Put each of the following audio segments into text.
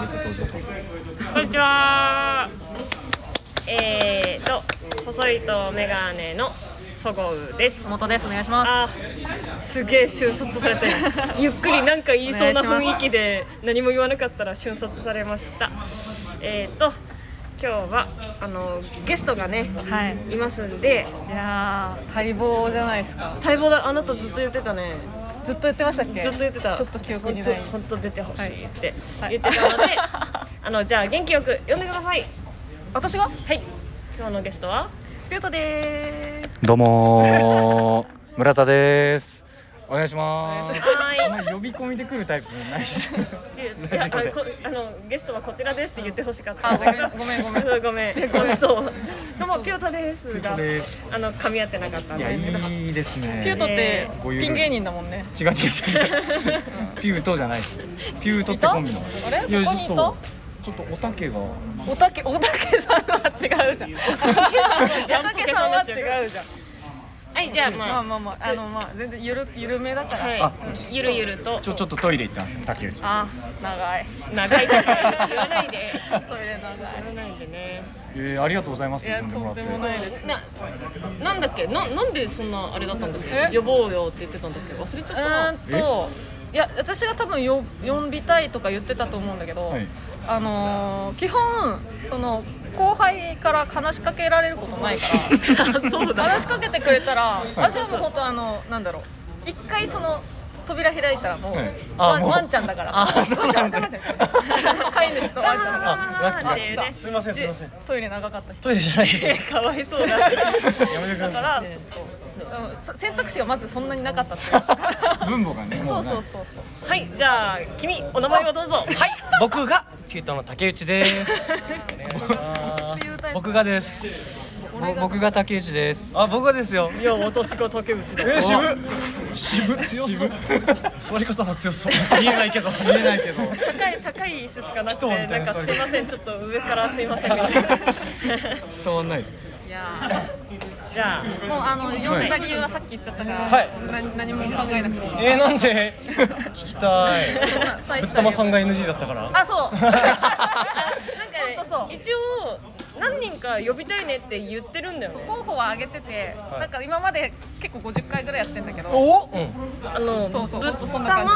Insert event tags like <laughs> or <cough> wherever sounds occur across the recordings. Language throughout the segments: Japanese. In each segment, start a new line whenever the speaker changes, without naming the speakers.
げて登場か
こんにちは。えーと、細いとメガネのそごうです。
元ですお願いします
あー、すげえ瞬殺され
<laughs>
てる、ゆっくりなんか言いそうな
お願いし
雰囲気で何も言わなかったら瞬殺されました。えーと、今日はあのゲストがね、
はい
いますんで、
いやー待望じゃないですか
待望だあなたずっと言ってたね。
ずっと言ってましたっけ
ずっと言ってた。
ちょっと記憶にない
本当出てほしいって
はい
言ってたので、
<laughs> はい
あのじゃあ元気よく呼んでください。
私が
はい。今日のゲストは。
ピュートでーす
どうもー村田ですお願いします
はい
あんまり呼び込みで来るタイプじゃないです
いやあこあのゲストはこちらですって言ってほしかった。
あごめんごめんごめん
そうごめん。ごめんそう。どうもピュートですが
ピュートです、
あの噛み合ってなかったん
<laughs> いや
ですけど。
いいですね
ピュートって
ごゆる
ピン芸人だもんね
違う違う違うピュートじゃないですピュートってコンビの
いたあれ
いや
ここにい
ち
た
ょっとちょっとおたけが
おたけおたけさんは違うじゃんおたけさんは違うじゃん
はいじゃあ
ま
ま
あ
あ
まあまああのまあ全然ゆるゆるめだから、
はい
あ
ゆるゆると
ちょちょっとトイレ行ったんですよ竹内
あ長い
長
<laughs>
いとか言わないで。
トイレ長い
言わないでね。
えー、ありがとうございます
いや
呼んでもら
と
っ
ん
て
でもないです
ななんだっけななんでそんなあれだったんだっ
え
け。呼ぼうよって言ってたんだっけ忘れちゃ
う
ったな
ー。んといや私が多分よ呼びたいとか言ってたと思うんだけど、
はい
あのー基本その後輩から話しかけられることないか
あそう
ら
<laughs>
<laughs>
だ。
話しかけてくれたら私はもう本当あのなんだろう一回その扉開いたらもう,、
はいあ
ワン
もう
ワンちゃんだから
あそうなん
ワ
ですね
ンちゃんワンちゃんワンちゃん <laughs> 飼い主とワンちゃんが
あラッキー
っていうね
すいませんすいません
トイレ長かった人
トイレじゃないです
かわいそうだ。
やめてくだ
だか
さ
らうんそ選択肢がまずそんなになかったっていうか
い分母がね
そ
も
う
ね
そうそうそう
はいじゃあ君お名前をどうぞ。
はい、僕がピュートの竹内です。僕がです。
ぼ僕が竹内です
あ、僕がですよ。
いや私が竹内だ
えー、渋っ
渋っ
渋っ
座り方も強そう。見えないけど。
見えないけど
高い高い椅子しかなく
人み
て、
た
ないん
な
か
そ
す
れ
いませんちょっと上からすいません
<laughs>
みたいな。
伝わんないですよ
いや
じゃあ
ーもうあの呼んだ理由はさっき言っちゃったから、
はい
な何も考えなくていい
えー、なんで聞きた
大
い。ぶっ
したた理
ま
由
さんが NG だったから。
あそう
なん
<laughs> 本当そ
か、
う
ね、一応何人か呼びたいねって言ってるんだよね。
候補は挙げてて、
い
なんか今まで結構50回ぐらいやってんだけど
お、うん。
あの
そうそう
ぶ
ず
っ
っとそんな感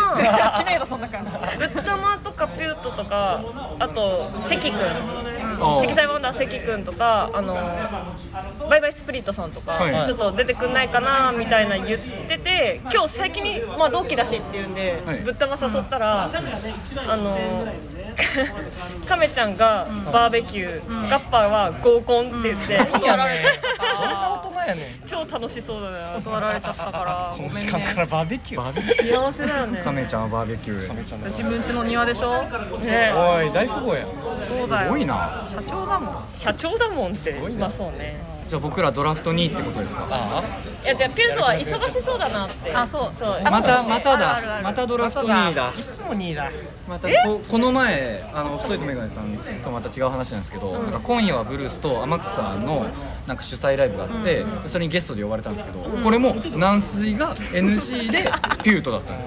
じ <laughs> 知名度そんな感じ
ぶったまとかピュートとかあと関くん
あ
色彩ワンダー関くんとかあのバイバイスプリットさんとか、
はい
ちょっと出てくんないかなみたいな言ってて今日最近にまあ同期だしっていうんで、
はい
ぶったま誘ったら、あの <laughs> カメちゃんがバーベキュー、ガッパーは合コンって言って、
やねん。どんな大人やねん。
超楽しそうだな
断られちゃったから
こ
ご
の
めん
時間
ね
からバーベキュー。バーベキ
幸せだよね
亀ちゃんはバーベキュー
ューちゃんだ
自分家の庭でしょ
ね
おい、大富豪やん。
そう
す
だよ
ごいな
社長だもん
社長だもんってまあそうね
じゃあ僕らドラフト2ってことですか
あ
いやじゃあピュートは忙しそうだなって
あそう
そう
また
そう
また
あるあるあ
だ
る
またドラフト2
あ。
だ
いつも2位だ。
またここの前あの細いとメガネさんとまた違う話なんですけど、なんか今夜はブルースと天草のなんか主催ライブがあって、それにゲストで呼ばれたんですけど、これも軟水が NG でピュートだったん
<laughs>
で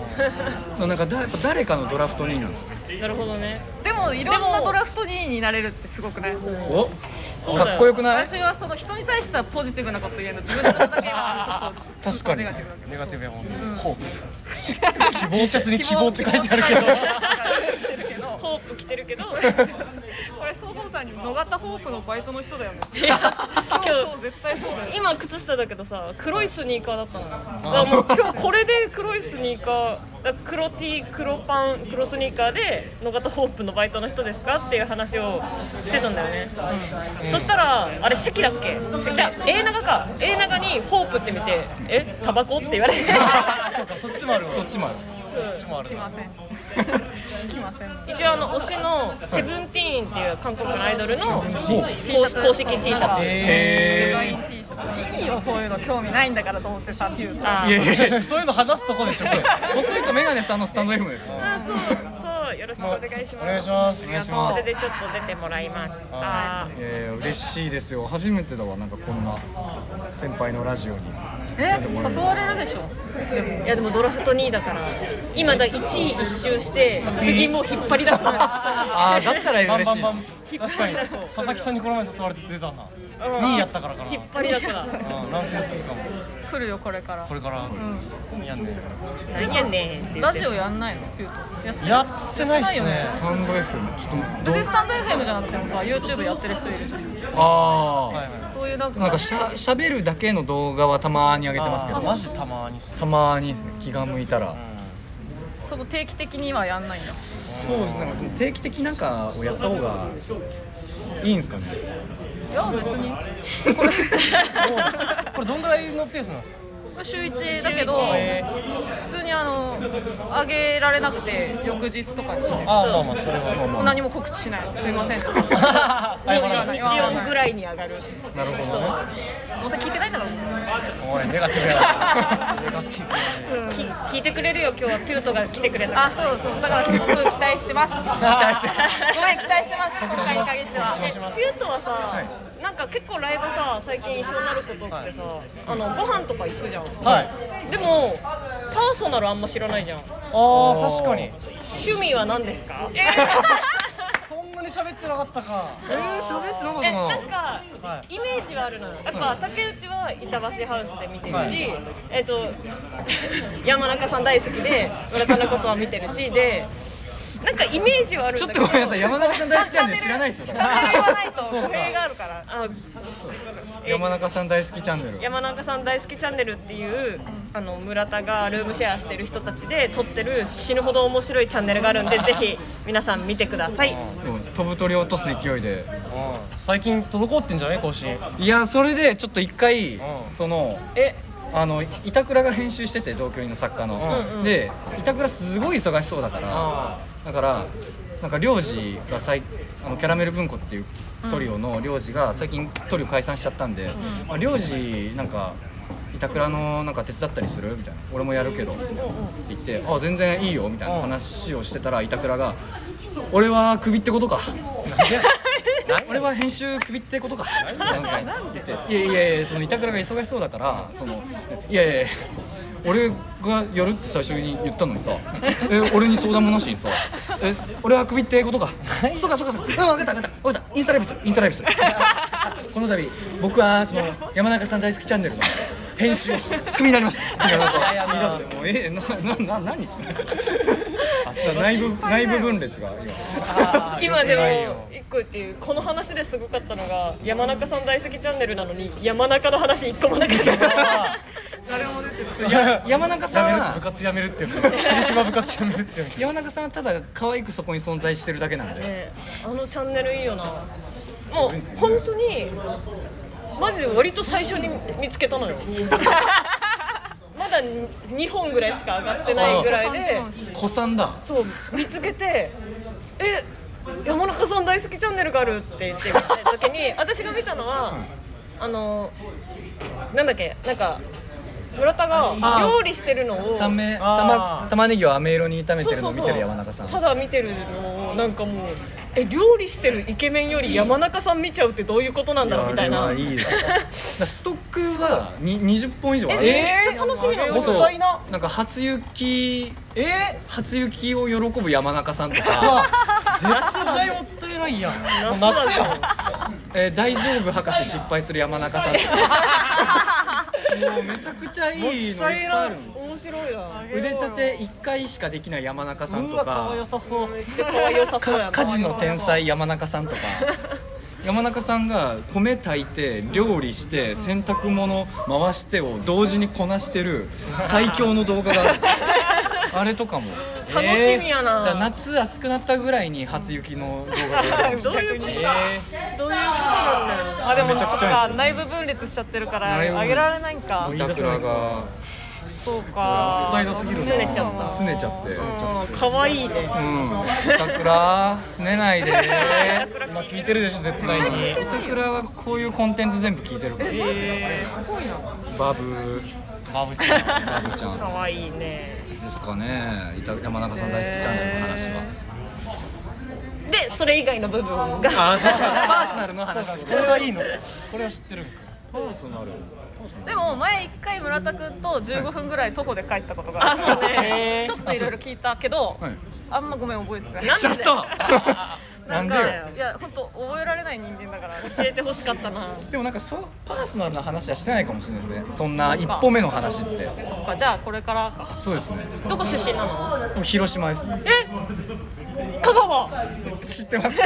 すよなんかだやっぱ誰かのドラフト2なんですよ
なるほどね
でもいろんなドラフト2位になれるってすごくない
お
そうだ
かっこよくない
私はその人に対してはポジティブなこと言えるの自分のことだけはちょっと
確かに
ネガティブだけど
ネガティブやもん。ホープ。T シャツに希望って書いてあるけ
希
ど。
望って書いてあるけど
ホープ着てるけど
これ総本さんに野方ホープのバイトの人だよね
や
今日そう絶対そうだよね
今靴下だけどさ黒いスニーカーだったのよだからもう今日これで黒いスニーカーだから黒 T 黒パン黒スニーカーで野方ホープのバイトの人ですかっていう話をしてたんだよね、そしたらあれ席だっけじゃあ A 長か A 長にホープって見てえタバコって <laughs> 言われて
そうか、そっちもあるわ。
そっちもある
そう
ちもある
来ま <laughs> せん来ません
一応あの推しのセブンティーンっていう韓国のアイドルの
ほう
T シャツ公式 T シャツ
デ
へ
ザイン T シャツいいよそういうの興味ないんだからどうせさピューとか
あ
いやいや
いやそういうの話すとこでしょ、それ。
細いとメガネさんのスタンド F ですよね
あそうそうよろしくお願いし
お願
ま
い
す
します。
お願いしま
そ
す
れでちょっと出てもらいました、
はい
やいや嬉しいですよ初めてだわなんかこんな先輩のラジオに
え誘われるでしょ
いやでもドラフト2位だから今だ1位1周して
次
次もう引っ張りだ <laughs> こ
ああだったら
バン
嬉
バ
しい
ンバン確かに佐々木さんにこの前誘われて出たな
うん
2位やったからかな
引っ張りだこだ
あー男性の次かも
来るよこれから
これからやんね
なんやねんって言っ
ラ
て
ジオやんないのピュートやっ
やってないっすね
スタンド F ちょっと
別にスタンド FM じゃなくてもさ YouTube やってる人いるじゃん
どあ
はい
あ
はい
そういうなんか
なんかしゃしゃべるだけの動画はたまに上げてますけ
あー
ど
マジたまにっす
たまにですね気が向いたら
その定期的にはやんないんだ
そうですねなんか定期的なんかをやった方がいいんですかね
いや別に
これどんぐらいのペースなんですか
週1だけど
え
普通にあの上げられなくて翌日とかにして
ああまあまあそれは <laughs>
もう何も告知しないすいません日
謝らない
日曜ぐらいに上がる
なるほどね
どうせ聞いてないんだろう
おいネガティブやなネガティブやね
き聞いてくれるよ今日はピュートが来てくれた
あそうそうだからすごく期待してます
期待して
ごめん期待してます今回に限っては
告知します
ピュートはさ、なんか結構ライブさ最近一緒になることってさ、あのご飯とか行くじゃん
はい
でもパーソナルあんま知らないじゃん
ああ確かに
趣味は何ですか
そんなに喋ってなかったか
えー喋ってなかっ
え
たな
なんか
は
イメージはあるのよやっぱ竹内は板橋ハウスで見てるし、
はい
えっと <laughs> 山中さん大好きで村田のことは見てるしでなんかイメージはあるん
ち
だ
ょっ
けど
とごめんなさい山中さん大好きなんで知らないですよだか
チャンネル言わない
<laughs>
と
そ
語
うか
弊があるから
あ
ら山中さん大好きチャンネル
山中さん大好きチャンネルっていうあの村田がルームシェアしてる人たちで撮ってる死ぬほど面白いチャンネルがあるんでぜひ皆さん見てください
うん飛ぶ鳥を落とす勢いで
うん最近滞ってんじゃない更新
いやそれでちょっと一回
ん
その
え
あの板倉が編集してて同居人の作家の、で板倉すごい忙しそうだから、だからなんか領事がさいあのキャラメル文庫っていうトリオの領事が最近トリオ解散しちゃったんで、まあ、領事なんか板倉のなんか手伝ったりするみたいな俺もやるけどみたいなって言って「あ全然いいよ」みたいな話をしてたら板倉が「俺はクビってことか」俺は編集クビってことかなんか言って「いやいやいやその板倉が忙しそうだからそのいやいやいや俺がやるって最初に言ったのにさえ俺に相談もなしにさえ俺はクビってことかそうかそうかそうかうん分かった分かった分かったインスタライブするインスタライブするあこの度僕はその山中さん大好きチャンネルの編集クビになりましたいやなんか言い出してもうえななな何じゃあ内部内部分裂が今。
今でも一個言っていうこの話ですごかったのが山中さん大好きチャンネルなのに山中の話一個もなかった
や山中さん
やめる部
は
活やめるっていうの <laughs> 霧島部活やめるっていうの
山中さんはただ可愛くそこに存在してるだけなんで
ねあのチャンネルいいよなもう本当にマジで割と最初に見つけたのよまだ2本ぐらいしか上がってないぐらいで
子さんだ
そう見つけてえ山中さん大好きチャンネルがあるって言って見た時
<laughs>
に私が見たのは、あのなんだっけなんか村田が
あ
料理してるのを
ためた
あ
ま
ー
玉ねぎを飴色に炒めてるのを
そうそう
見て
そう
る山中さん
ただ見てるのをなんかもうえ料理してるイケメンより山中さん見ちゃうってどういうことなんだろうみたい
やあ
な
れはいいですよだからストックはに20本以上ある
えめっちゃ楽しみなの
そう
もったいな
なんか初雪
え
初雪を喜ぶ山中さんとか、
絶対もったいないやんもう夏やん
えー大丈夫博士失敗する山中さんとかもうめちゃくちゃいいのいっぱいあるの
面白いな
腕立て1回しかできない山中さん
う
と
わ
か
可愛さそう
めっちゃ可愛いよさそうや
か
な
家事の天才山中さんとか <laughs> 山中さんが米炊いて料理して洗濯物回してを同時にこなしてる最強の動画があるんですよあれとかも
楽しみや
だから
な、
夏暑くなったぐらいに初雪の動画が
どういうことだ、どういうことなんだろう
あでも
めち
そ
ゃ
っ
くち
か
ゃいいですね
内部分裂しちゃってるから
内部分裂
上げられないんか
板倉が
そうか
態度すぎるな
拗ねちゃった
拗ねちゃって
うん可愛いね
うん板倉すねないで
今聞いてるでしょ絶対に
板倉はこういうコンテンツ全部聞いてるからバブ
バブちゃん
バブちゃん
可愛いね
ですかね板山中さん大好きチャンネルの話は、
でそれ以外の部分が
<laughs> あそうパーソナルの話
これはいいのこれは知ってるんか
パーソナル
でも前一回村田君と15分ぐらい徒歩で帰ったことがあ
あ
る
そう
<laughs>
ね
ちょっといろいろ聞いたけど、
はい
あんまごめん覚えてない
なん
ちょっ
で
と
な
なんん
か
でよ
いや本当覚えられない人間だから
教えてほしかったな
でもなんかそうパーソナルな話はしてないかもしれないですねそんな一歩目の話って
そっかじゃあこれからか
そうですね
どこ出身なの
僕広島です
香川
知ってます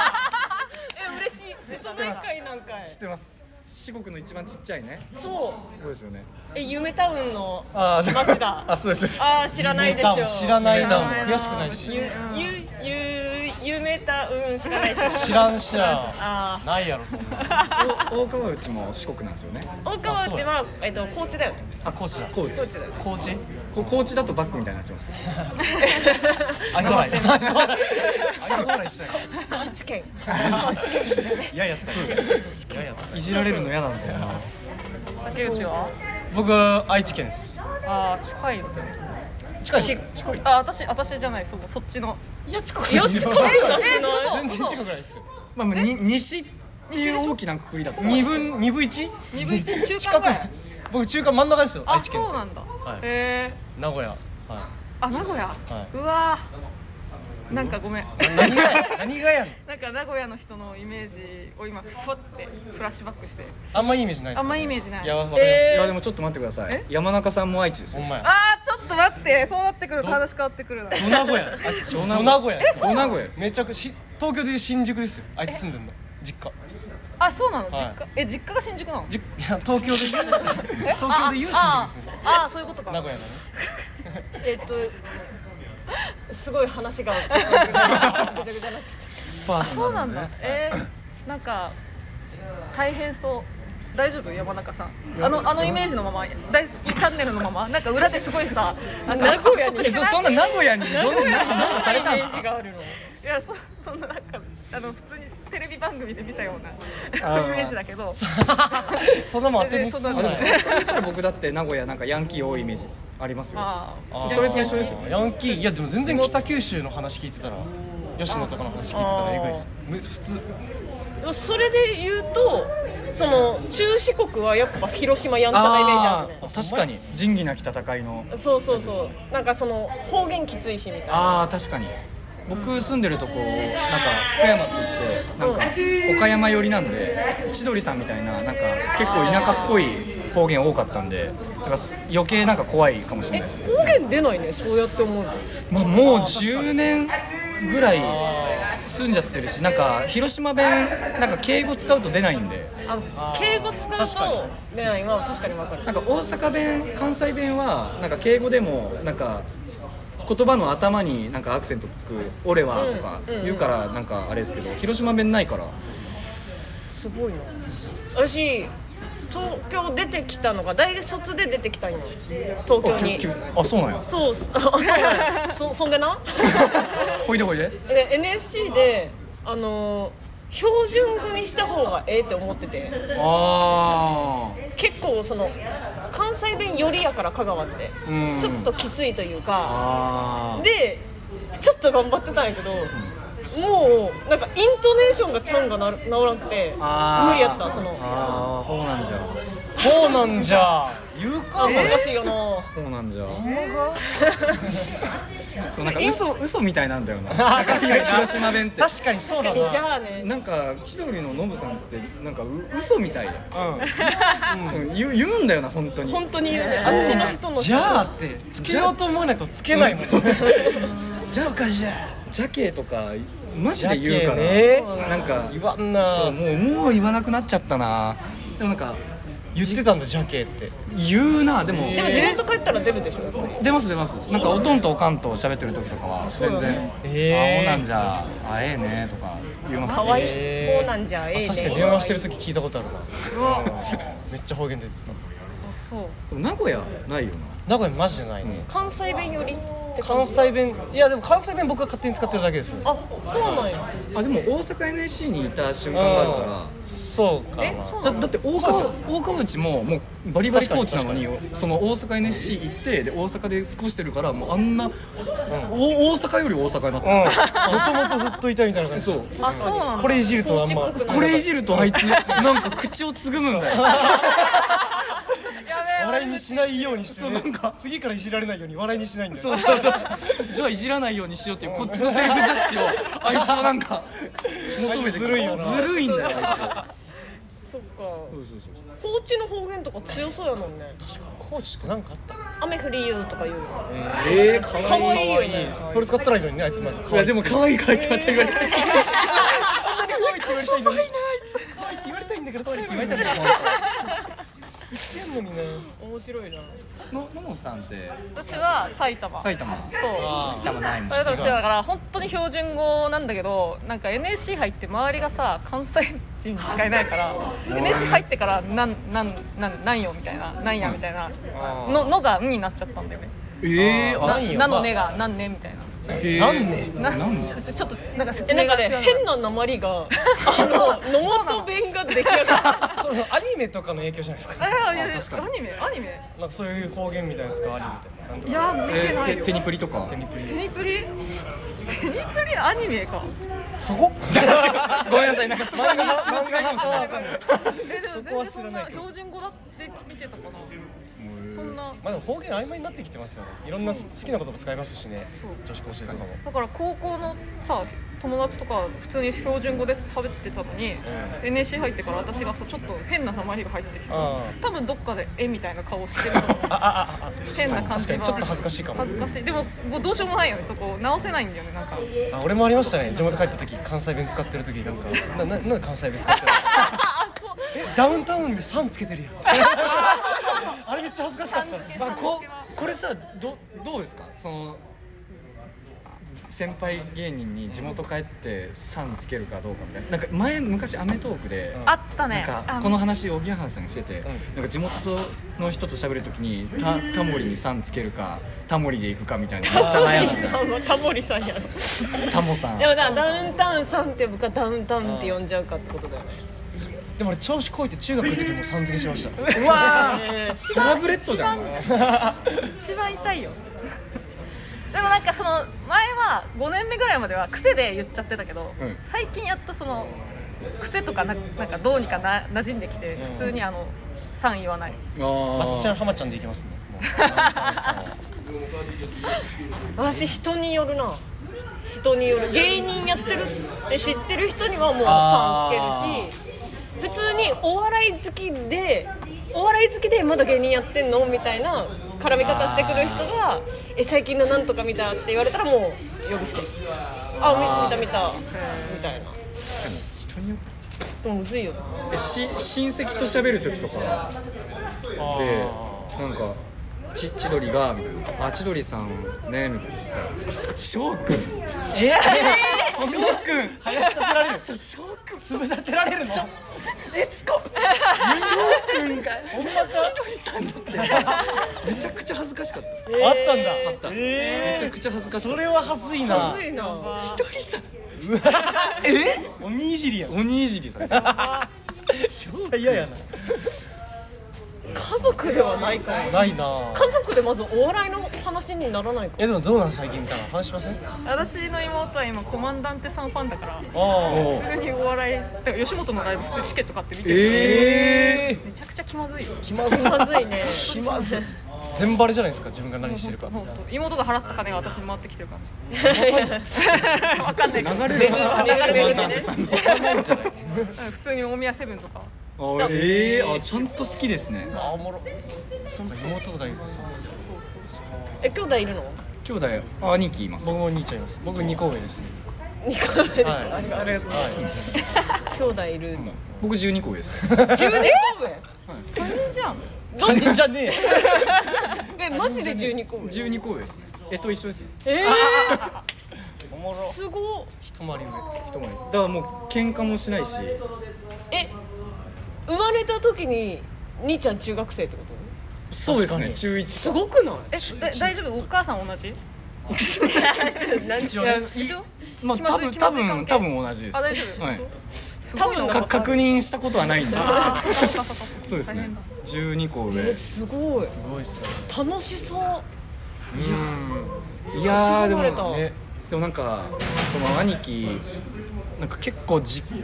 え嬉しい絶対かいなんかい
知ってます四国の一番ちっちゃいね
そう
そうですよね
え夢タウンの
あー
町だ
<laughs> あそうですそうです
あー知らないでし
ネ
ょ
タを知らないな
知らない
悔しくないし
ゆゆゆ夢タウン知らないでし
<laughs>
知
ょ
らんしな
あ
ないやろそんな
お <laughs> 大川内も四国なんですよね
ー大川内はえっと高知だよね
あコーチだ
高知です
高知
こ高知だとバックみたいになっちゃいますけど
愛想笑い <laughs> 愛想笑い愛想笑いしたい
高知県
嫌やった嫌やった
いじられるの嫌なんだよな
竹内は
僕愛知県です
ああ近いよね
近いです
近い
あ私私じゃないそこそっちの
いや近く
よ
し
それよね
全然近くないですよ
まあに西っていう大きな括りだったら
二分二分一
二分一中間ぐらい
僕中間真ん中ですよ愛
あ
知県
そう
と
なんだ、
はい
へえ
名古屋は
あ名古屋、
はいう
わーなんかごめん
い何が <laughs> や何がやん
なんか名古屋の人のイメージを今ふわってフラッシュバックして
あんまいいイメージないです
あんま
い
イメージない
や
あ
わかります
いやでもちょっと待ってください山中さんも愛知です
ほ
よ
んまや
あーちょっと待ってそうなってくると話変わってくるな
ど名古屋あいつど名古屋です
ど名古屋です
めちゃくし東京でいう新宿ですよあいつ住んでんの実家
あそうなの実
はい
家え実家が新宿なの
じいや東京で言う <laughs> 東京で言う新宿ですね
ああそういうことか
名古屋のね
えっとすごい話が
<laughs>
ちょっとぐちゃぐちゃになっちゃった
パー
そ
ソ
う
ナ
な
ル
んだ
ね。
えー、なんか大変そう。大丈夫山中さん。あのあのイメージのまま、大好きチャンネルのまま、なんか裏ですごいさ、なんか納得して
えそ
ない。
そんな名古屋にどんななんかされたんで
イ
す
メー
か
ジがあるの
いやそ <laughs> そんななんかあの普通にテレビ番組で見たよう
あ
な
ー
<laughs> イメージだけど。
そんなもん当てにすん
あ
な
で
よ
もそれそれ言ったら僕だって名古屋なんかヤンキー多いイメージありますよ
あー
あー
それと一緒ですよ
ヤンキーいやでも全然北九州の話聞いてたら吉野とかの話聞いてたらえぐいですむ普通
そそれで言うとその中四国はやっぱ広島やんちゃなイメージあるね
あー確かに仁義なき戦いの
そうそうそうなんかその方言きついしみたいな
あー確かに僕住んでるとこなんか福山って言ってなんか岡山寄りなんで千鳥さんみたいななんか結構田舎っぽい方言多かったんでなんかす余計なんか怖いかもしれ
え
ないですね
方言出ないねそうやって思うの
まあ、もう10年ぐらい住んじゃってるしなんか広島弁なんか敬語使うと出ないんで
あ敬語使
確か
うと出ないのは確かにわかる
なんか大阪弁関西弁はなんか敬語でもなんか言葉の頭になんかアクセントつく「俺は」とか言うからなんかあれですけど広島弁ないから
すごいな私東京出てきたのが大卒で出てきたんよ東京
あきゅ
に
きゅあそうなんや
そうすあそうなんやそそんで <laughs> な
ほいでほいで
で NSC であのー標準語にした方がええって思ってて
あ
結構その関西弁寄りやから香川って
ーうん
ちょっときついというか
あ
でちょっと頑張ってたんやけどもうなんかイントネーションがちゃんがなる治らんくて
ーあー
無理やったその
あーそうなんじゃ
そうなんじゃ言うかも
難しいよな
そうなんじゃ
ほんまか
そうなんか嘘嘘みたいなんだよ <laughs> ななんか広島弁って
確かにそうだな
じゃあね
なんか千鳥のノブさんってなんかう嘘みたいだ、うん言う言うんだよな本当に
本当にあっちの人の
じゃあってつけようと思わないとつけないもん
ジャカじゃジャケとかマジで言うから、
ジャケね
なんか
言わん
も
な
うもう言わなくなっちゃったなでもなんか
言ってたんだジャケって
言うなでも、
でも自分と帰ったら出るでしょやっぱり
出ます出ますなんかおとんとおかんと喋ってる時とかは全然「
へー
あおなんじゃあええね」とか言います
可愛い
へー
こうなんじゃええね
確かに電話してる時聞いたことあるなめっちゃ方言出てた
そう。
名古屋ないよ
名古屋マジでないね
関西弁寄りって感
関
じ
西弁いやでも関西弁僕が勝手に使ってるだけですね
あそうなんや
なあでも大阪 NSC にいた瞬間があるから
そうか
えそう
だ
な
だ
の
って大川大川内ももうバリバリコーチなのにその大阪 NSC 行ってで大阪で過ごしてるからもうあんな、お大阪より大阪になってる、
うんもともとずっといたみたいな感じ
そう
あそうなんだ
これいじるとあんま
こっちっぽく
これいじるとあいつなんか口をつぐむんだよ
笑いにしないようにして、ね、
そうなんか
次からいじられないように笑いにしないんだよ
そうそうそうそう <laughs> じゃあいじらないようにしようっていうこっちのセルフジャッジをあいつはなんか求めてくる
ずるいよな
ずるいんだよあ
そっか
いつそうそうそう
高知の方言とか強そうやもんね
コーチってなんかあった
雨降りよとか言うよ
えー、か
か
わ
わ
い
い
い
いよね
それ使ったらいいのにねあいつまで
いやでも可愛い書いてあった言われたい
しょばいなあいつ可愛いって言われたいんだけど可愛いって言われたいんだ
<laughs>
けど言ってんのにね
面白いな
の野本さんって
私は埼玉そう
埼玉
あ
埼玉ないもん
私はだから本当に標準語なんだけどなんか NSC 入って周りがさ関西人しかいないから NSC 入ってからなんなんなんなんよみたいななんやみたいなののが「ん」になっちゃったんだよね
えー、
な
あ
んよ
なのねがなんねみたいな
えー、
なんで
なんで
ちょちょっとなんか
え
説
な
明
んかね
が違うな
変な鉛があの野本弁が出来上がった
そのアニメとかの影響じゃないですか
あいやいや
あ確かに
アニメアニメ
なんかそういう方言みたいなやつかアニメみたいななんと
い
か
や見て
え
な
ー、
い
て
よ
テニプリとか
テニプ
テ
リ
ニプリテニプリアニメか
そこ
ごめんなさいなんかすごい
漫画漫画かもしれない
えでも全然
そこは知
そ
ら
ん
ない
な
けど
標準語だって見てたかなそんな
まあでも方言曖昧になってきてますよねいろんな好きな言葉使いますしね女子高生とかも
だから高校のさ友達とか普通に標準語で喋ってたのに、NSC 入ってから私がさちょっと変な名りが入ってきて
あ
多分どっかで絵みたいな顔してると思う変な感
確
じ
か
が
にちょっと恥ずかしいかも
恥ずかしいでももうどうしようもないよねそこ直せないんだよねなんか
あ俺もありましたね地元帰った時関西弁使ってる時なんかなななんで関西弁使ってるのえダウンタウンで「さん」つけてるやん <laughs> あれめっちゃ恥ずかしかった
まあ、ここれさどどうですかその先輩芸人に地元帰って「さん」つけるかどうかみたいななんか前昔『アメトーーク』で、
あったね
なん
あ
かこの話おぎやはぎさんがしてて、なんか地元の人と喋るときにタタモリに「さん」つけるかタモリで行くかみたいなめっちゃ悩んで
あのタモリさんやろ
たタモさん
でもだからダウンタウンさんって僕はダウンタウンって呼んじゃうかってことだよね
でも俺調子こいて中学の時もさん付けしました
うわー
え
サラブレッドじゃん
一番痛いよでもなんかその前は5年目ぐらいまでは癖で言っちゃってたけど、
うん
最近やっとその癖とかななんかどうにかな馴染んできて普通にあの「さん」言わない
ま
あ
っちゃんはまちゃんでいきますねもう
ー私人によるな人による芸人やってるって知ってる人にはもう
あ
さんつけるし普通にお笑い好きでお笑い好きでまだ芸人やってんのみたいな絡み方してくる人が「え最近のなんとか見た?」って言われたらもう呼びして「あみ見た見た」みたいなち
確かに人によって
ょっとむずいよな
えし親戚と喋る時とかでなんか「ち千鳥が」みたいな「あ千鳥さんね」みたいな翔くんえー、翔くん
林立てられる
ちょ翔くん
粒立てられるのちょ
えつこ翔くんが千鳥さんだってめちゃくちゃ恥ずかしかった
あったんだ
あった、めちゃくちゃ恥ずかしか
そ
っ
れは恥ずいな
むずいな
た千鳥さんえ
鬼いじりやん
鬼いじりさん
絶対嫌やな
家族ではないから
ないな
家族でまずお笑いの話にならないか
えでもどうなん最近みたいな話しませんあ
私の妹は今コマンダンテさんファンだから
あ
お
普通にお笑いだから吉本のライブ普通にチケット買って見てるし、
ええ
めちゃくちゃ気まずいよ
気まずい
まずいね
気まずい全バレじゃないですか自分が何してるか
ほんと妹が払った金が私に回ってきてる感じわかんないけど
流
<laughs>
れるかな
流れるね
コマンダンテさんの
普通に大宮セブンとか
あええあちゃんと好きですね
あおもろそうか妹とかいるとそうか
え兄弟いるの
兄弟兄貴います
僕も兄ちゃんいます僕二個上ですね
二個目です、
はい
ありがとうございます
はい
兄弟いるの
僕12個上です
十二個上
他人じゃん
他人じゃねえよ
えマジで十二個上
12個上ですねえと一緒ですよ
え
おもろ
ー、すごっ
<laughs> 一回り上
一回りだからもう喧嘩もしないし
え生まれた時に兄ちゃん中学生ってこと
そうです
確か
ね
に
中1
すごくない
えだ大丈夫お母さん同じ
一応
い
ね
やいまあ
気ま
多
ずい
分
気
多
まずい
分
関係
多分同じです
あ大丈夫
はい
す
多
ごい
分
な
か
だ
確認したことはないんで
<laughs>
あそっかそっかそっか
そうです
大
ね
変だ
12個上
えすごい
すごいっすよ
楽しそう
いやーでも
絞られた
ねでもなんかその兄貴なんか結構じ二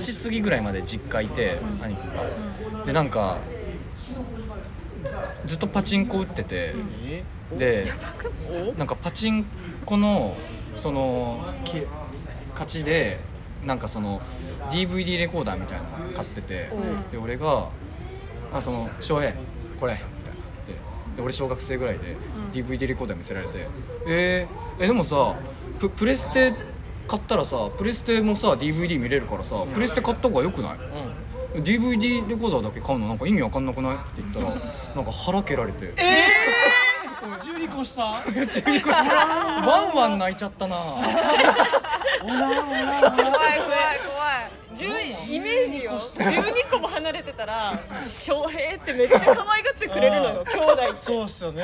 十歳過ぎぐらいまで実家いて兄貴がでなんかずっとパチンコ打っててでなんかパチンコのそのき勝ちでなんかその DVD レコーダーみたいなの買っててで俺が「あその翔平これ」みたいなでで俺小学生ぐらいで DVD レコーダー見せられて「えー、えでもさププレステ買ったらさプレステもさ DVD 見れるからさプレステ買った方がよくない DVD レコーダーだけ買うのなんか意味わかんなくないって言ったらなんか腹蹴られてえ
12個下
っちにこっち <laughs> ワンワン泣いちゃったな
おらんおらん
怖い怖い怖い
10イメージよ12個も離れてたら「翔平」ってめっちゃ可愛がってくれるのよ兄弟って
そうっすよね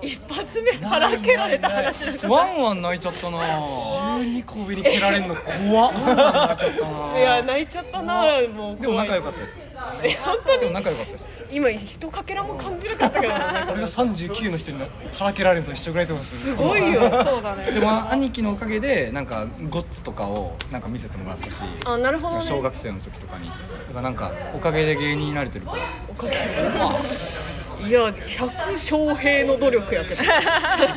一発目腹蹴られた話です
ワンワン泣いちゃったな
<laughs> 12個上に蹴られるの怖っ
泣いちゃった
い
な
や泣いちゃったなもう
でも仲良か
っ
ったです
た本当
でも
に
仲良かったです
今一かけらも感じなかったけどす
<laughs> 俺が39の人に腹蹴られるのと一緒ぐらいってことですよ
ごいよ
そうだね
でも兄貴のおかげでなんかゴッツとかをなんか見せてもらったし
あなるほどね
小学生の時とかにだからなんかおかげで芸人になれてるから
いや100翔平の努力やけど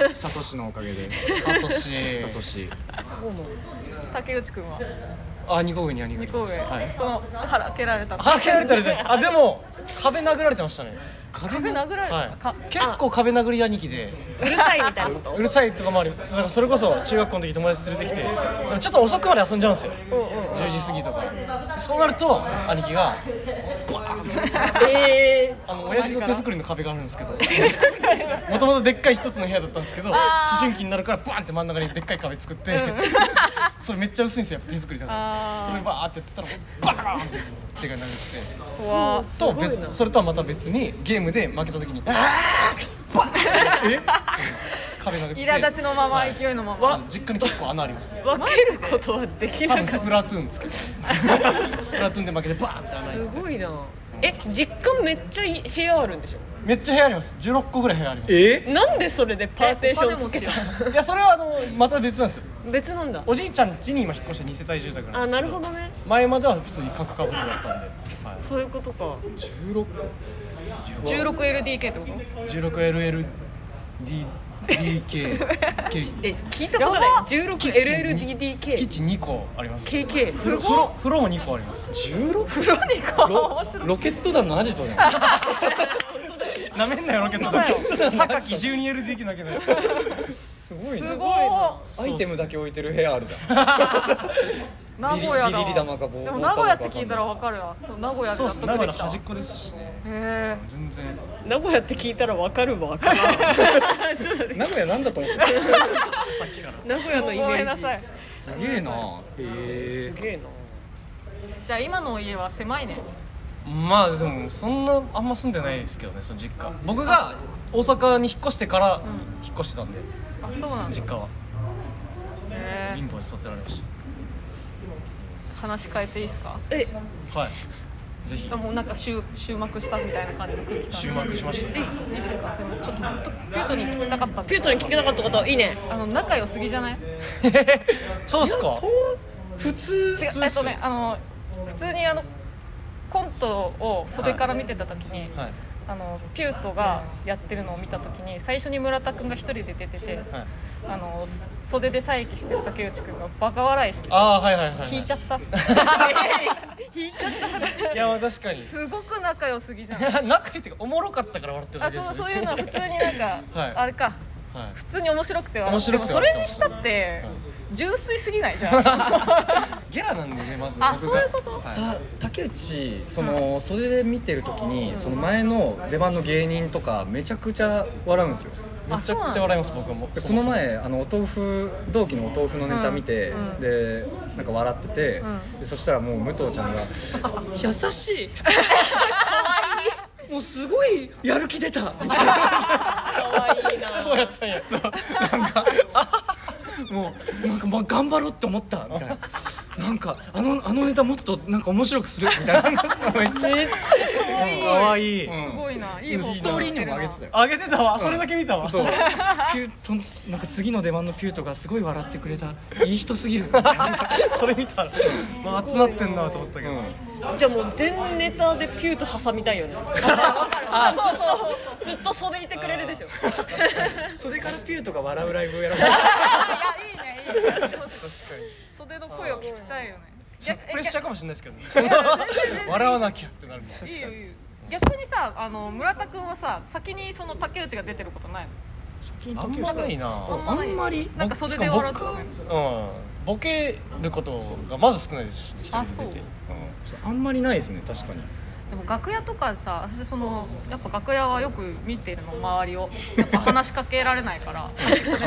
そ
サトシのおかげで
サトシ
サトシ
うなの
竹内くんは
あ二個上に兄がい
神戸
ますはい
その腹蹴られた
腹蹴られたりですあでも壁殴られてましたね
壁殴られた、
は
か
い結構壁殴り兄貴で
うるさいみたいなこと
うるさいとかもありだからそれこそ中学校の時友達連れてきてでもちょっと遅くまで遊んじゃうんですよ10時過ぎとかそうなると兄貴が
ええ
あの親父の手作りの壁があるんですけど
<laughs>
もともとでっかい一つの部屋だったんですけど思春期になるからバンって真ん中にでっかい壁作って <laughs> それめっちゃ薄いんですよやっぱ手作りだからそれバーってやってたらバーンって手が殴って
ー、わあす
と
ごいな
別それとはまた別にゲームで負けた時に「あー
<laughs>
バン!」壁殴って
苛立ちのまま勢いのまま、
そう実家に結構穴ありますね
分けることはできな
多
かっ
分
た
スプラトゥーンですけどスプラトゥーンで負けてバーンって穴開いて
すごいなえ実家めっちゃい部屋あるんでしょ
めっちゃ部屋あります16個ぐらい部屋あります
え
なんでそれでパーテーションつ
他
け
で
た
も違う
いやそれはあのまた別なんですよ
別なんだ
おじいちゃん家に今引っ越して2世帯住宅なん
あ
です
なるほどね
前までは普通に各家族だったんで、は
そういうことか
16
16LDK ってこと
い、16LLDDK キ
え聞いたことない
キッ
16LLDDK
チン2個あります
KK
風呂風呂風呂も2個あります
個
プロニコ面白い
ロロケット団のアジトじゃん
なめんなよロケットだ <laughs> け榊 12LDK だけど
すごい
す
ね
ごいな
アイテムだけ置いてる部屋あるじゃん
名古屋だわ
ビリビリ玉か棒
でも名古屋って聞いたらわかるわそう名古屋で
そう
納
っす名
得で
古屋の
きた
端っこですしね
へ
全然
名古屋って聞いたら分かるわからちょっと待って
名古屋なんだと思ってた
さっきから
名古屋の
え
イメ
ごめんな
ージ
さい
すげえなへ
すげえな
じゃあ今の家は狭いね
まあでもそんなあんま住んでないですけどねその実家僕が大阪に引っ越してから引っ越してたんで
あそうなんだ
実家は
へえ
貧乏に育てられまし
話変えていいですか
え
たはいぜひ
あもうなんか終終幕したみたいな感じの空気感
終幕しましたね
えいいですかすみませんちょっとずっとピュートに聞きたかったんで
ピュートに聞けなかったこといいね
あの仲良すぎじゃない
そうっすか
え普通
違うえっとねあの普通にあのコントを袖から見てた時に、
はい
あのピュートがやってるのを見た時に最初に村田君が一人で出てて、
はい
あの袖で待機してる竹内君がバカ笑いしてて
ああはいはいはい、
引いちゃった
<laughs>
引いちゃった話
いやまあ確かに <laughs>
すごく仲良すぎじゃん
仲いいっていうかおもろかったから笑ってるだ
あ
けです
そう
よ
そういうのは普通になんか、
はい
あれか
はい
普通に面白くては
面白くて
でも
は
それにしたって純粋すぎないじゃん
<laughs> <laughs> ゲラなんでねまず
あ
僕が
そういうこと
はい
た竹内そのそれで見てる時にその前の出番の芸人とかめちゃくちゃ笑うんですよ
めちゃくちゃ笑います僕はもう
でこの前あのお豆腐同期のお豆腐のネタ見て、でなんか笑ってて、でそしたらもう武藤ちゃんが「優しい! 」もうすごいやる気出たみたいな
そうやったんやそう
もうなんかまあ頑張ろうって思ったみたいななんかあのあのネタもっとなんか面白くするみたいなめっちゃ
え
かわいい
うん
すごいないい方向
ストーリーにも上げてたよ
あげてたわそれだけ見たわ
そうピュートなんか次の出番のピュートがすごい笑ってくれたいい人すぎ
<laughs>
るみたいな
<laughs> それ見たらまあ集まってんなと思ったけど、
じゃあもう全ネタでピューと挟みたいよね
あそうそうそうそう
ずっと袖いてくれるでしょ
それからピュートが笑うライブをやらない
いやいいねいいねやってほしい
確かに
袖の声を聞きたいよね
ちょっとプレッシャーかもしれないですけどね
いや
笑わなきゃってなるもん確か
いいよいいよ逆にさあの村田君はさ先にその竹内が出てることないの
にあんまないな
あんまり
なんか袖で笑うとかね
うんボケることがまず少ないですしね一人で出て
あ
そうあんまりないですね確かに
でも楽屋とかさ私そのやっぱ楽屋はよく見てるの周りをやっぱ話しかけられないから
う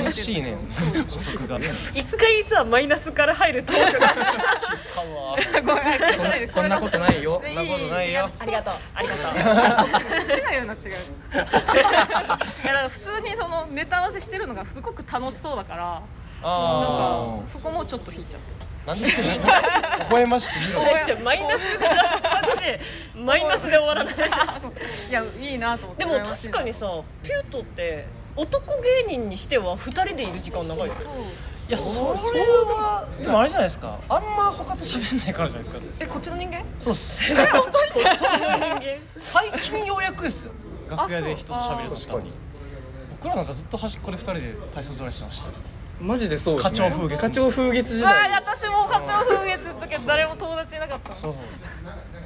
ん悲しいね補足が
一回さマイナスから入ると
気使うわ
ごめん話しないで
そ
す
んなことないよ
そんなことないよ
ありがとうありがとう
違う
<laughs>
な違ういやだから普通にそのネタ合わせしてるのがすごく楽しそうだから
あ
あ
そこもちょっと引いちゃって
あなんで微笑ましく見ろ
大ちゃんマイナスから始まってマイナスで終わ <laughs>
<laughs>
らない
いやいいなと思って
でも確か
に
にさピュートって男芸人にしては2人でいる時間長いですよ
いやそれはでもあれじゃないですかあんま他と喋んないからじゃないですか
えこっちの人間
そうっす
そうです人間
最近ようやくですよ楽屋で人と喋る
あ
と
確かに
僕らなんかずっと端っこで二人で体操ずらしてました
マジでそうですね
課長風月
課長風月時
うわあ
代
私も課長風月の時は誰も友達いなかった
そう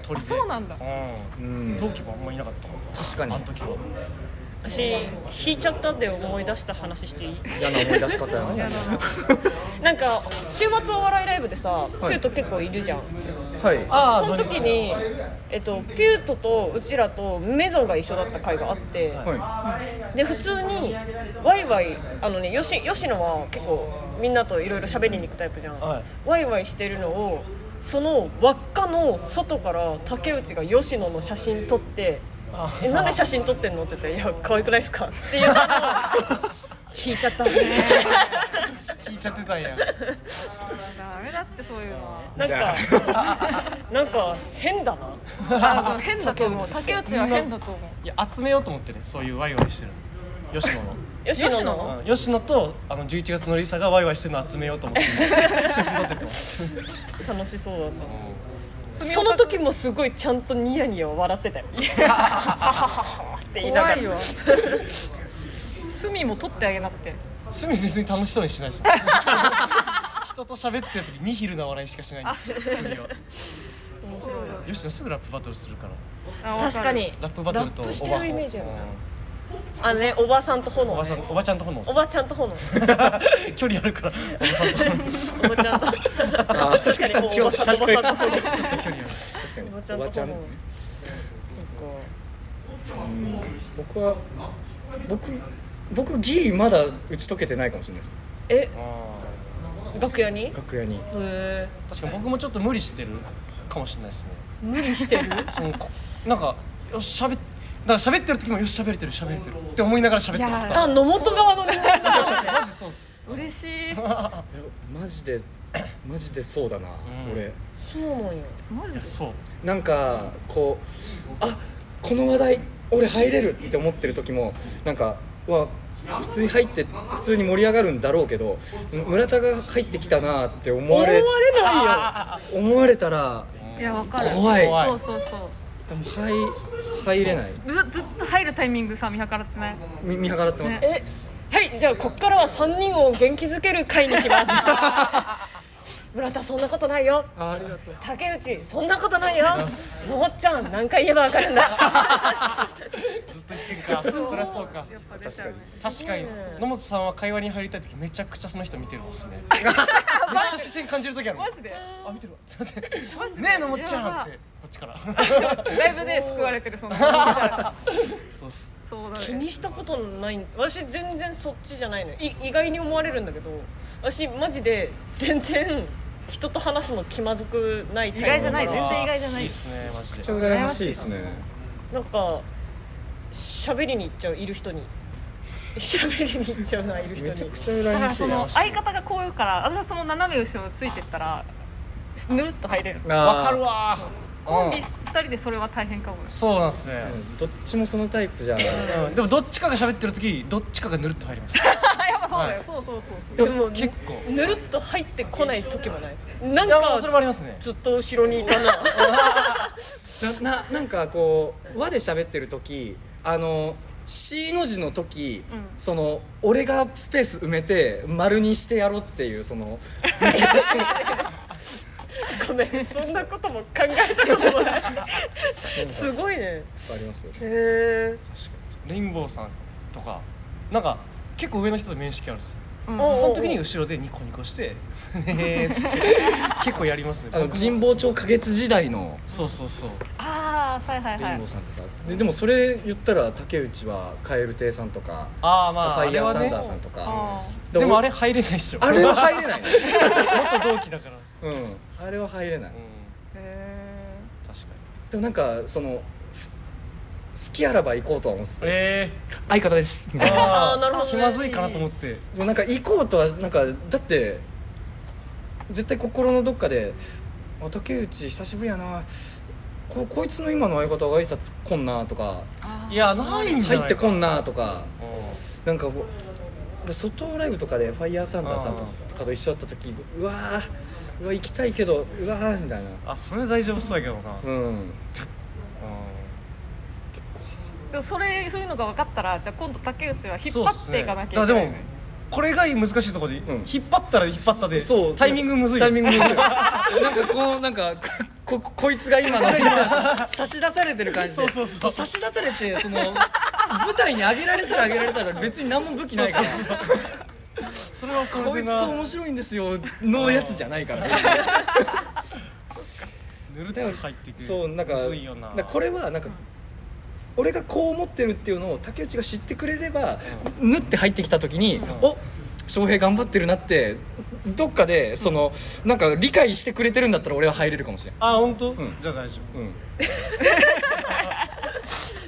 鳥で
そうなんだ
う
うん
ん同期もあんまいなかったもん
確かに
あの時は
私引いちゃったんで思い出した話していい
嫌な思い出し方やな
なんか週末お笑いライブでさ、ピュート結構いるじゃん
はい
あ
その時に、えっと、ピュートとうちらとメゾンが一緒だった回があって、
は
で普通にワイワイあのねよし吉野は結構みんなといろいろ喋りに行くタイプじゃん、
はい
ワイワイしてるのをその輪っかの外から竹内が吉野の写真撮って
あ
「えなんで写真撮ってんの?」って言って「いや可愛くないですか?」って
<laughs>
いうのを引いちゃったね
聞いちゃってたんや
ダメだってそういうのは
なんかなんか変だな
あ変だと思う竹内は変だと思う
いや集めようと思ってねそういうワイワイしてるの吉野の
吉野の
うん吉野とあの11月のリサがワイワイしてるの集めようと思って
<laughs>
ね写真撮ってってます
楽しそうだったその時もすごいちゃんとニヤニヤ笑ってたよははははって <laughs> 言いなが
怖
ら
いわ隅も取ってあげなくて
すみ別に楽しそうにしな
<laughs>
いですもん人と喋ってる時にヒルな笑いしかしないんですすみは吉野すぐラップバトルするから
確かに
ラップバトルと
ラップして
お
る
ばほ
イメージあ
う
る
ん
あのねおばさんと炎、
お
ね、
ばさんおばちゃんと炎
おばちゃんと炎
距離あるからおばさんと炎
おばちゃんと確かにもうおばさんと
今日確かに
おばさんと炎
ちょっと距離ある
確かに
おばちゃ
お
んと
ばちゃん
炎
僕は僕僕ギリまだ打ち解けてないかもしれないです
<laughs> え楽屋にへ
楽屋に
え
確かに僕もちょっと無理してるかもしれないですね
無理してる
そのこなんかよし喋っなんか喋ってる時もよし喋れてる喋れてるって思いながら喋ってまし
いや
た
あ野本側のね
そうっすマジそうっす
嬉しい
いやマジで <coughs> マジでそうだな、
うん
俺
そうなんよ
マジ
いやそう
なんかこうあこの話題俺入れるって思ってる時もなんかは普通に入って普通に盛り上がるんだろうけどむ村田が入ってきたなって思
思
わ
われ
れ
ないよ
思われたら
いやわかる
怖い
怖い
そうそうそう
でも入入れない
ずずっと入るタイミングさ見計らってない
み見計らってます、
ね
えはいじゃあこっからは3人を元気づける会にします <laughs> 村田そんなことないよ
あありがとう
竹内そんなことないよのもっちゃん何回言えばわかるんだ
ずっと言ってるかそりゃそうか
やっぱ出ちゃうね
確かに野本さんは会話に入りたい時めちゃくちゃその人見てるもんですねめっちゃ視線感じる時あるもん
マジで
あ見てるわってなって
マジで
ねえ野本ちゃん
や
っ
ば
て
い
こっちから
ライブで救われてるそ
<laughs>
のそう
そうっす
だ
気
ね
にしたことない私全然そっちじゃないのい意外に思われるんだけど私マジで全然人と話すの気まずくないタイプ
意外じゃない全然意外じゃない
いいっすねマジ
めっ
で
ちゃ羨ましいですね
なんか喋りに行っちゃういる人に <laughs> 喋りに行っちゃうないる人
めちゃ
に
くちゃ羨
だか
ま
ら
しい
その相方がこういうから私はその斜め後ろついてったらぬるっと入れる
あー
わかるわー
コンビ2人でそれは大変かもね
そうなんですね、
どっちもそのタイプじゃ
うん、でもどっちかが喋ってる時どっちかがぬるっと入ります
あ <laughs> やっぱそうだよ、
は
そうそうそ
で
う
も
結構
ぬるっと入ってこない時もないなん
いやもうそれも
か
ありますね
ずっと後ろにいたな
<laughs>
<laughs>
なななんかこう和で喋ってる時あの C の字の時、その俺がスペース埋めて丸にしてやろうっていうその
ごめんそんなことも考えたこともないすごいね
ありますよ
へえ
レインボーさんとかなんか結構上の人と面識あるんですよ
おうおう
その時に後ろでニコニコして <laughs> 「ねえ」っつって結構やりますね
あの
僕も
神保町花月時代の
そうそうそう
ああはいはいは
弁
い
護さんとか、ででもそれ言ったら竹内は蛙亭さんとか
ああまあ
ファイヤー
あ
サ
れ
ン
は
ダ
ね
ーさんとか、
あ
で
でもあれ
俺
入れないっしょ
あれは入れない、
元同期だか
う
ら
ん、あれは入れない、
う
ー
ん
へ
確かに
でもなんかそのす好きあらば行こうとは思ってた
え
相方です
えあ
あーなるほどね
気まずいかなと思って
そうなんか行こうとはなんかだって絶対心のどっかで「あ竹内久しぶりやなここいつの今の相方が挨拶こんな」とか
いやな
「
いんじ
入
ゃな
っ
い
てこ
なん
な」とか
う
なんかこう外ライブとかでファイヤーサンダーさんと
あ
とかと一緒だった時うわーうわ行きたいけどうわーみたいなん
あそれ大丈夫そうやけどな
うん
ーでもそれそういうのが分かったらじゃあ今度竹内は引
そ
っ
う
張
す
って
ね
いかなきゃい
だか
けな
ら
い
でも
ね
これが難しいところ
ん
で引っ張ったら引っ張ったで
そう
タイミングむずいよ
タイミングむずい <laughs> なんかこうなんかこここいつが今の差し出されてる感じで
そうそうそう
差し出されてその舞台に上げられたら上げられたら別に何も武器ないから <laughs>
それはそ
こ
れ
い
で
つ
な
面白いんですよのやつじゃないから
ぬるっと入っていく
そうなんか
むずいよな
だからこれはなんか俺がこう思ってるっていうのを竹内が知ってくれれば、縫って入ってきた時に、お翔平頑張ってるなってどっかでその、なんか理解してくれてるんだったら俺は入れるかもしれん、
あ本当、
ん
じゃあ大丈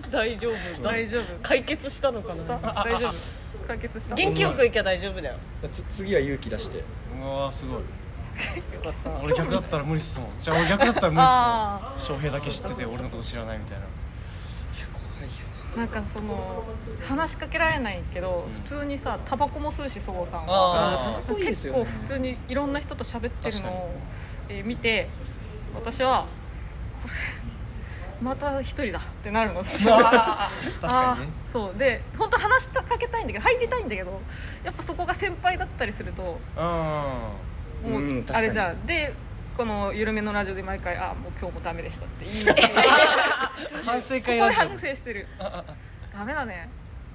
うん、
大丈夫大丈夫解決したのかな
大丈夫解決した
元気よくいけば大丈夫だよ
つ次は勇気出して
夫うわーすごい
よかった
俺逆だったら無理っすもんじゃあ俺逆だったら無理っ
あ
すもん翔平だけ知ってて俺のこと知らないみたいな
なんかその話しかけられないけど普通にさタバコも吸うしそごうさんは
ああータバコいいで
結
すよ、
構
ね、
普通にいろんな人と喋ってるのを、えー見て私はこれまた一人だってなる
<laughs>
の私
確かにね
あーそうで本当話しかけたいんだけど入りたいんだけどやっぱそこが先輩だったりするとも
う
う、
うん確かに
あれじゃんでこの「ゆるめのラジオ」で毎回「あーもう今日もダメでした」って言い
ん反省会
<laughs>
ここで
ラジオ
反省してるダメだね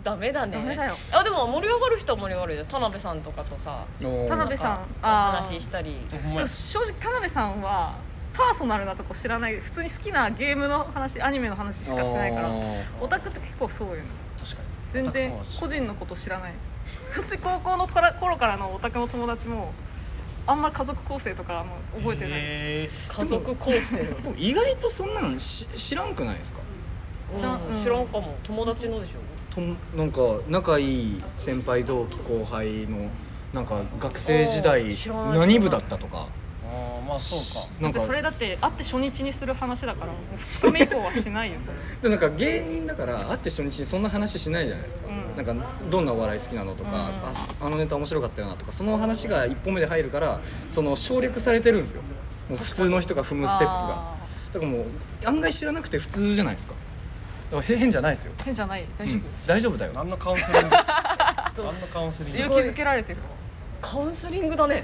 ダメだね
ダメだよ
あでも盛り上がる人は盛り上がるよ田辺さんとかとさ
おー
田辺さん
お
あー
話ししたり
ほんま
で
や
も正直田辺さんはパーソナルなとこ知らない普通に好きなゲームの話アニメの話しかしてないから
あー
オタクって結構そうよね
確かに
全然個人のこと知らないそって高校のから頃からのオタクの友達もあんま家族構成とかも覚えてない、
え
家族構成
でも意外とそんなのし知らんくないですか
うん
知らんうん
知らんかも友達のでしょ
となんか仲いい先輩同期後輩のなんか学生時
お
代
ー知らない
何部だったとか
ああまあそう
なん
だって
か
それだって会って初日にする話だからもう2日目以降はしないよ
<laughs>
それ
でもなんか芸人だから会って初日にそんな話しないじゃないですか、
うん
なんかどんなお笑い好きなのとか、ああのネタ面白かったよなとかその話が一歩目で入るからその省略されてるんですよもう普通の人が踏むステップが
あ
だからもう案外知らなくて普通じゃないですかだからへ変じゃないですよ、
ー変じゃない大
う
丈
ん、大丈夫だよ
か何のカウンセリング何のカウンセ
夫
リン
す
グ
ご
勇
い
気づけられてる
カウンセリングだ <laughs> ね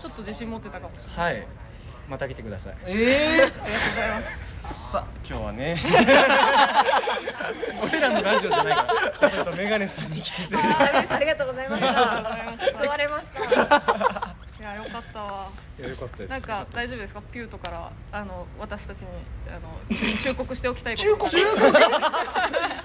ちょっと自信持ってたかもしれ
<laughs>
ない
はいまた来てください
ええさあ今日はね
俺らのラジオじゃないから
ちょっとメガネさんに来てて
ありがとうございました。伝われました。
いやよかったわ
いやよかったです
なんか大丈夫ですかピュートからあの私たちにあ
<laughs>
の忠告しておきたいこと
中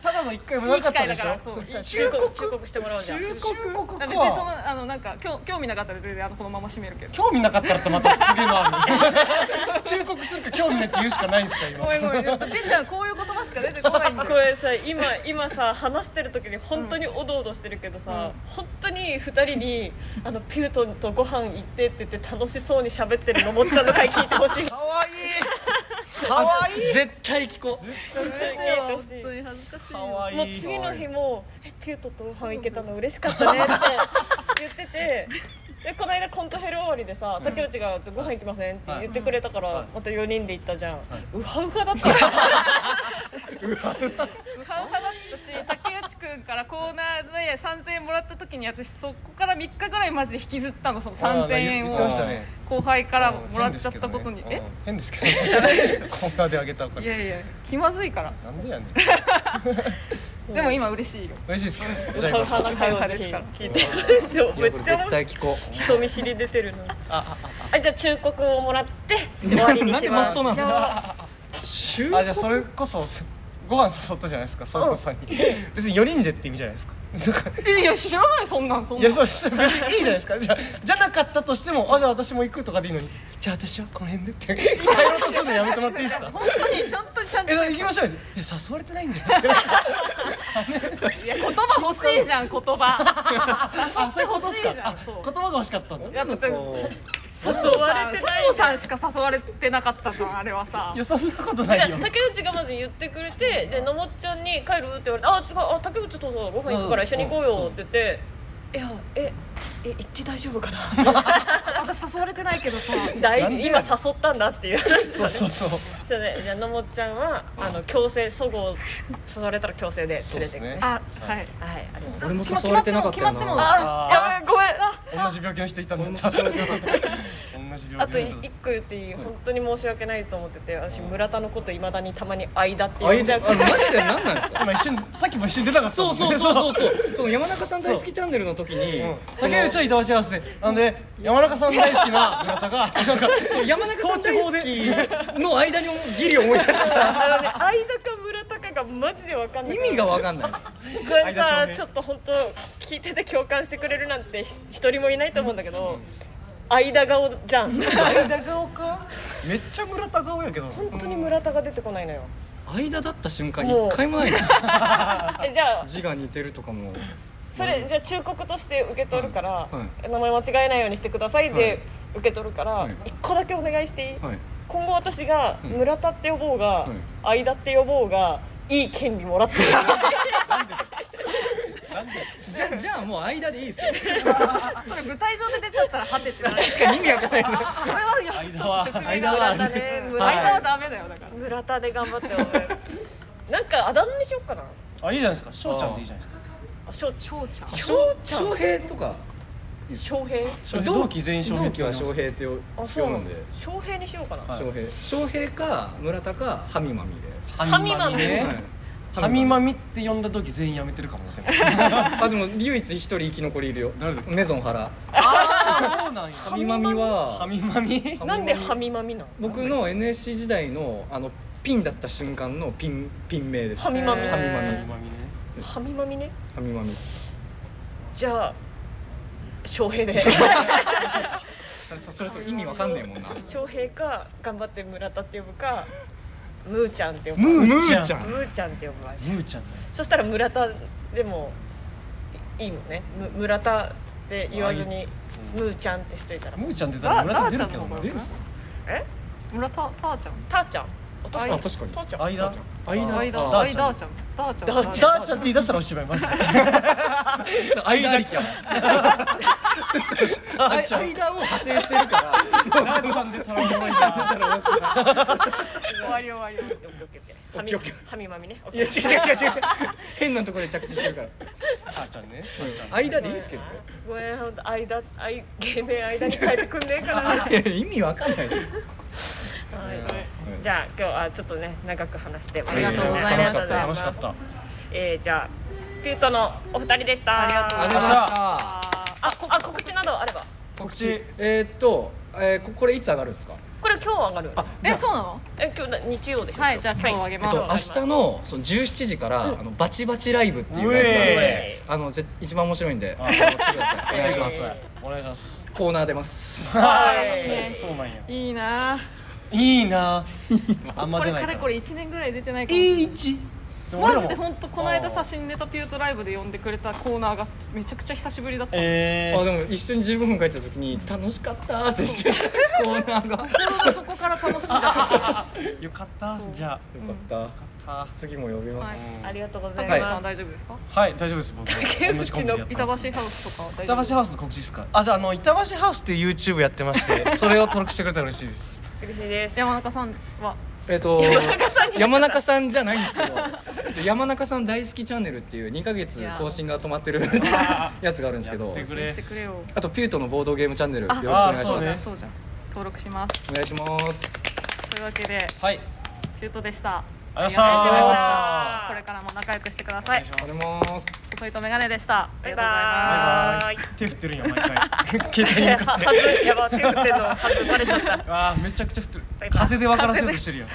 ただの一回もない
い機
かった
会
で
だ
し
か
ょ
らそう
忠告忠告してもらおうじゃん
中国
別にそ
か
のあのなんか興興味なかったら全然あのこのまま締めるけど
興味なかったらってまたトゲのある <laughs> 忠告するか興味ないって言うしかないんですか今
ごめんごめんてんちゃんこういう言葉しか出てこないん
こ
で
れさ今今さ話してる時に本当におどおどしてるけどさ、本当に2人にあのピュートンとご飯行ってって言って楽しそうに喋ってるのもっちゃんの回聞いてほしい
かわいい可愛い
絶対聞こう
聞いてほしい
当に恥ずかしい
可愛い
もう次の日も「えピュートとご飯行けたの嬉しかったね」って言ってて。でこの間コントヘル終わりでさ竹内が「ちょご飯行きません?」って言ってくれたから、また4人で行ったじゃん、ウハウハだったよ
買う派だったし竹内くんからコーナーで3000円もらった時に私そこから3日ぐらいマジで引きずったのその3000円
あー言
を
ってましたね
後輩からもらっちゃったことに、
うん変ですけどねコーナーであげたお
えい
金
やいや気まずいから
なんでやねん
でも今嬉しいよ
嬉しいですか
<laughs>
ウ
じゃあ
ハウ
今
ハな会話ぜひ聞いてみましょうめっちゃ面白い
聞こ
人見知り出てるなあじゃあ忠告をもらって終わりに
なん
し
で
ま
マ
す
ストなんですか週
あじゃあそれこそご飯誘ったじゃないですかそれこそに別に4人でって意味じゃないですかなんか
いや知らないそんなんそん
い
な
や
ん
そうです別にいいじゃないですかじゃあじゃなかったとしてもあじゃあ私も行くとかでいいのにじゃあ私はこの辺でって帰ろうとするのやめてもらっていいですか
本当にちゃんとちゃんと
え行きましょうよいや誘われてないんだよって
言葉欲しいじゃん言葉
あそういうことですか
欲しいじゃん
あ
そう
言葉が欲しかったんだ
なんかこ
誘われてない
佐藤さんしか誘われてなかったじゃんあれはさ
いやそんなことない
じゃ
よ
あ竹内がまず言ってくれてでのもっちゃんに帰るって言われて「あ違うあ竹内とさご飯行くから一緒に行こうよ」って言って「いやええ行って大丈夫かな?」
私誘われてないけどさ
大
なん
事
で
今誘ったんだっていうそ
そうそうそう
うねじゃあのもっちゃんはあの強制そごう誘われたら強制で連れてくね
あは
は
い
いありがとう
う俺も誘われてなかった
決
よ
まって
な
も
あー
やべえごめんあ
同じ病気の人いたんだった <laughs> 同じ
あ
病
と
気の人
一個言っていい本当に申し訳ないと思ってて私村田のこといまだにたまに「間」って呼んじゃう
あれマジで何なんですか
今一瞬さっきも一瞬出なかった
そ
も
うんそ
ね
うそうそうそうその山中さん大好きチャンネルの時にその
竹内はいたわ幸せでなんで山中さん大好きな村田がなんか
そう山中さん大好きの間にギリ思い出した
あのね間か村田かがマジでわかんない
意味が分かんない
これ
間少
さ
年
ちょっと本当聞いてて共感してくれるなんてひ一人もいないと思うんだけど、間顔じゃん
<laughs> 間顔かめっちゃ村田顔やけど
本当に村田が出てこないのよ
間だった瞬間
もう
一回もないの
えじゃあ
字が似てるとかも
それじゃあ忠告として受け取るから、
は
名前間違えないようにしてください
はい
で受け取るから、
はい
一個だけお願いしていい、
はい
今後私が村田って呼ぼうが、間って呼ぼうがいい権利もらってる
じゃじゃあもう間でいいですよ
それ舞台上で出ちゃったらハテってなる
確かに意味わかんないです
それはや
間は
間は
村田ね村
はい
間はダメだよだから
村田で頑張ってお願いなんかあだ名にしよっかな
あいいじゃないですか翔ちゃんでいいじゃないですか
あしょしょうちゃん
翔翔平とか
翔平
翔平同期全員翔平
同期は翔平って呼
あそう
ぶ
なん
ん
だ
で
翔平にしようかな、
翔平翔平か村田かハミマミ
ハミマミ
で
ね
はい
ハミマミって呼んだ時全員やめてるかもでも
<laughs> あでも唯一一人生き残りいるよ
誰だ
メゾン原
ああそうなんや
ハミマミ
ハ
は
ミマミ
なんでハミマミなの
僕の NSC 時代のあのピンだった瞬間のピンピン名です
ハミマミ
ハミマミです
マミね
ハミマミね
ハミマミです
じゃあ翔平
<laughs>
で
そそれそれ意味わかんねえもんな
翔平か頑張って村田って呼ぶかムーちゃんって呼ぶ
ム
ム
ー
ー
ち
ち
ゃ
ゃ
ん
ん
ムーちゃんって呼ぶわ
ムーちゃんね
そしたら村田でもいいいもんねむ村田って言わずにムーちゃんってしといたら
ムーちゃん出たら村田出るけど
あ
な
あ
出るさ
村田ターちゃん
ターちゃんお父
あ
さん
確かに
ターちゃん
間
間
間
あ
間
ダ
ダー
ーち
ち
ゃ
ゃ
ん
んダーちゃん
ダーち
ダーちゃんって言い出したらおしまい <laughs> マジで
間ありきやあ
ーちゃん
間を派生してるから
ダーちゃん出たらおしまいじゃん
終わり終わり
オッケーオッ
オッ
ケ
ケ
ーハ
ーオッ
ミ
ケ
ハミマミねオッ
い
ケ
や違
ー
う違う違う違う変なところで着地してるから
ダーちゃんね
間でいいですけどね
ごめんほんと間あい芸名間に変えてくんねえかな
<laughs>
はい
いや意味わかんないし
じゃあ今日はちょっとね長く話してあ
りがとうござい
楽
ま
し
す
かった楽しかった
えー、じゃあピュートのお二人でしたありがとう
ありがとうございました
あこあ告知などあれば
告知えーっとえーここれいつ上がるんですか
これ今日上がる
じ
え
ゃあ
そうなの
え今日な日曜でしょ
はいじゃあ今日あげ
えっ
ま
と
す
明日のその17時から、あのバチバチライブっていうライブがあるの
う
え
であのぜ一番面白いんであの来てくださいお願いします
お願いします
コーナー出ます
はい
そうなんや
いいなぁ
い <laughs> いなあんま
こ
出
れか
ないか
れ
ら
これ1年ぐらい出てないかも
いい位置
マジで本当この間
あ
さ
ー
新ネタピュートライブで呼んでくれたコーナーがめちゃくちゃ久しぶりだった
え
あでも一緒に15分帰ってた時に楽しかったーってしてコーナーが
でもそこからから楽しんじゃっ
よかったっすじゃあ
かった
た
次も呼びます
ありがとうござ
た
いま
竹内
す。
さんは大丈夫ですか
はい大丈夫です
<laughs>
僕
竹内の
同じコンビでやって
板橋
ます
ハウスとか大丈
板
夫
橋ハウスの告知ですかあじゃああの板橋ハウスっていう YouTube やって
<laughs>
ましてそれを登録してくれたら嬉しいです
嬉しいです。
山中さんは
えっと山中さんじゃないんですけどえっと山中さん大好きチャンネルっていう2ヶ月更新が止まってるやつがあるんですけど
てく
見
れ
してくれよ
あとピュートのボードゲームチャンネルよろしくお願いし
あそう
ま
ね
す
そうじゃん登録します
お願いします
というわけで
はい
キュートでした
ありがとうございまし
ありがとうございま
た
これからも仲良くしてください
お願いします
細いとメガネでしたあ
バ
り
イ
がとうございます
バーイ。
手振ってるんや毎回
<laughs>
携帯に向かって
やば手振ってんのはずバレちゃった。
<laughs>
あーめちゃくちゃ振ってる
バイバイ
風で分からせようとしてるよ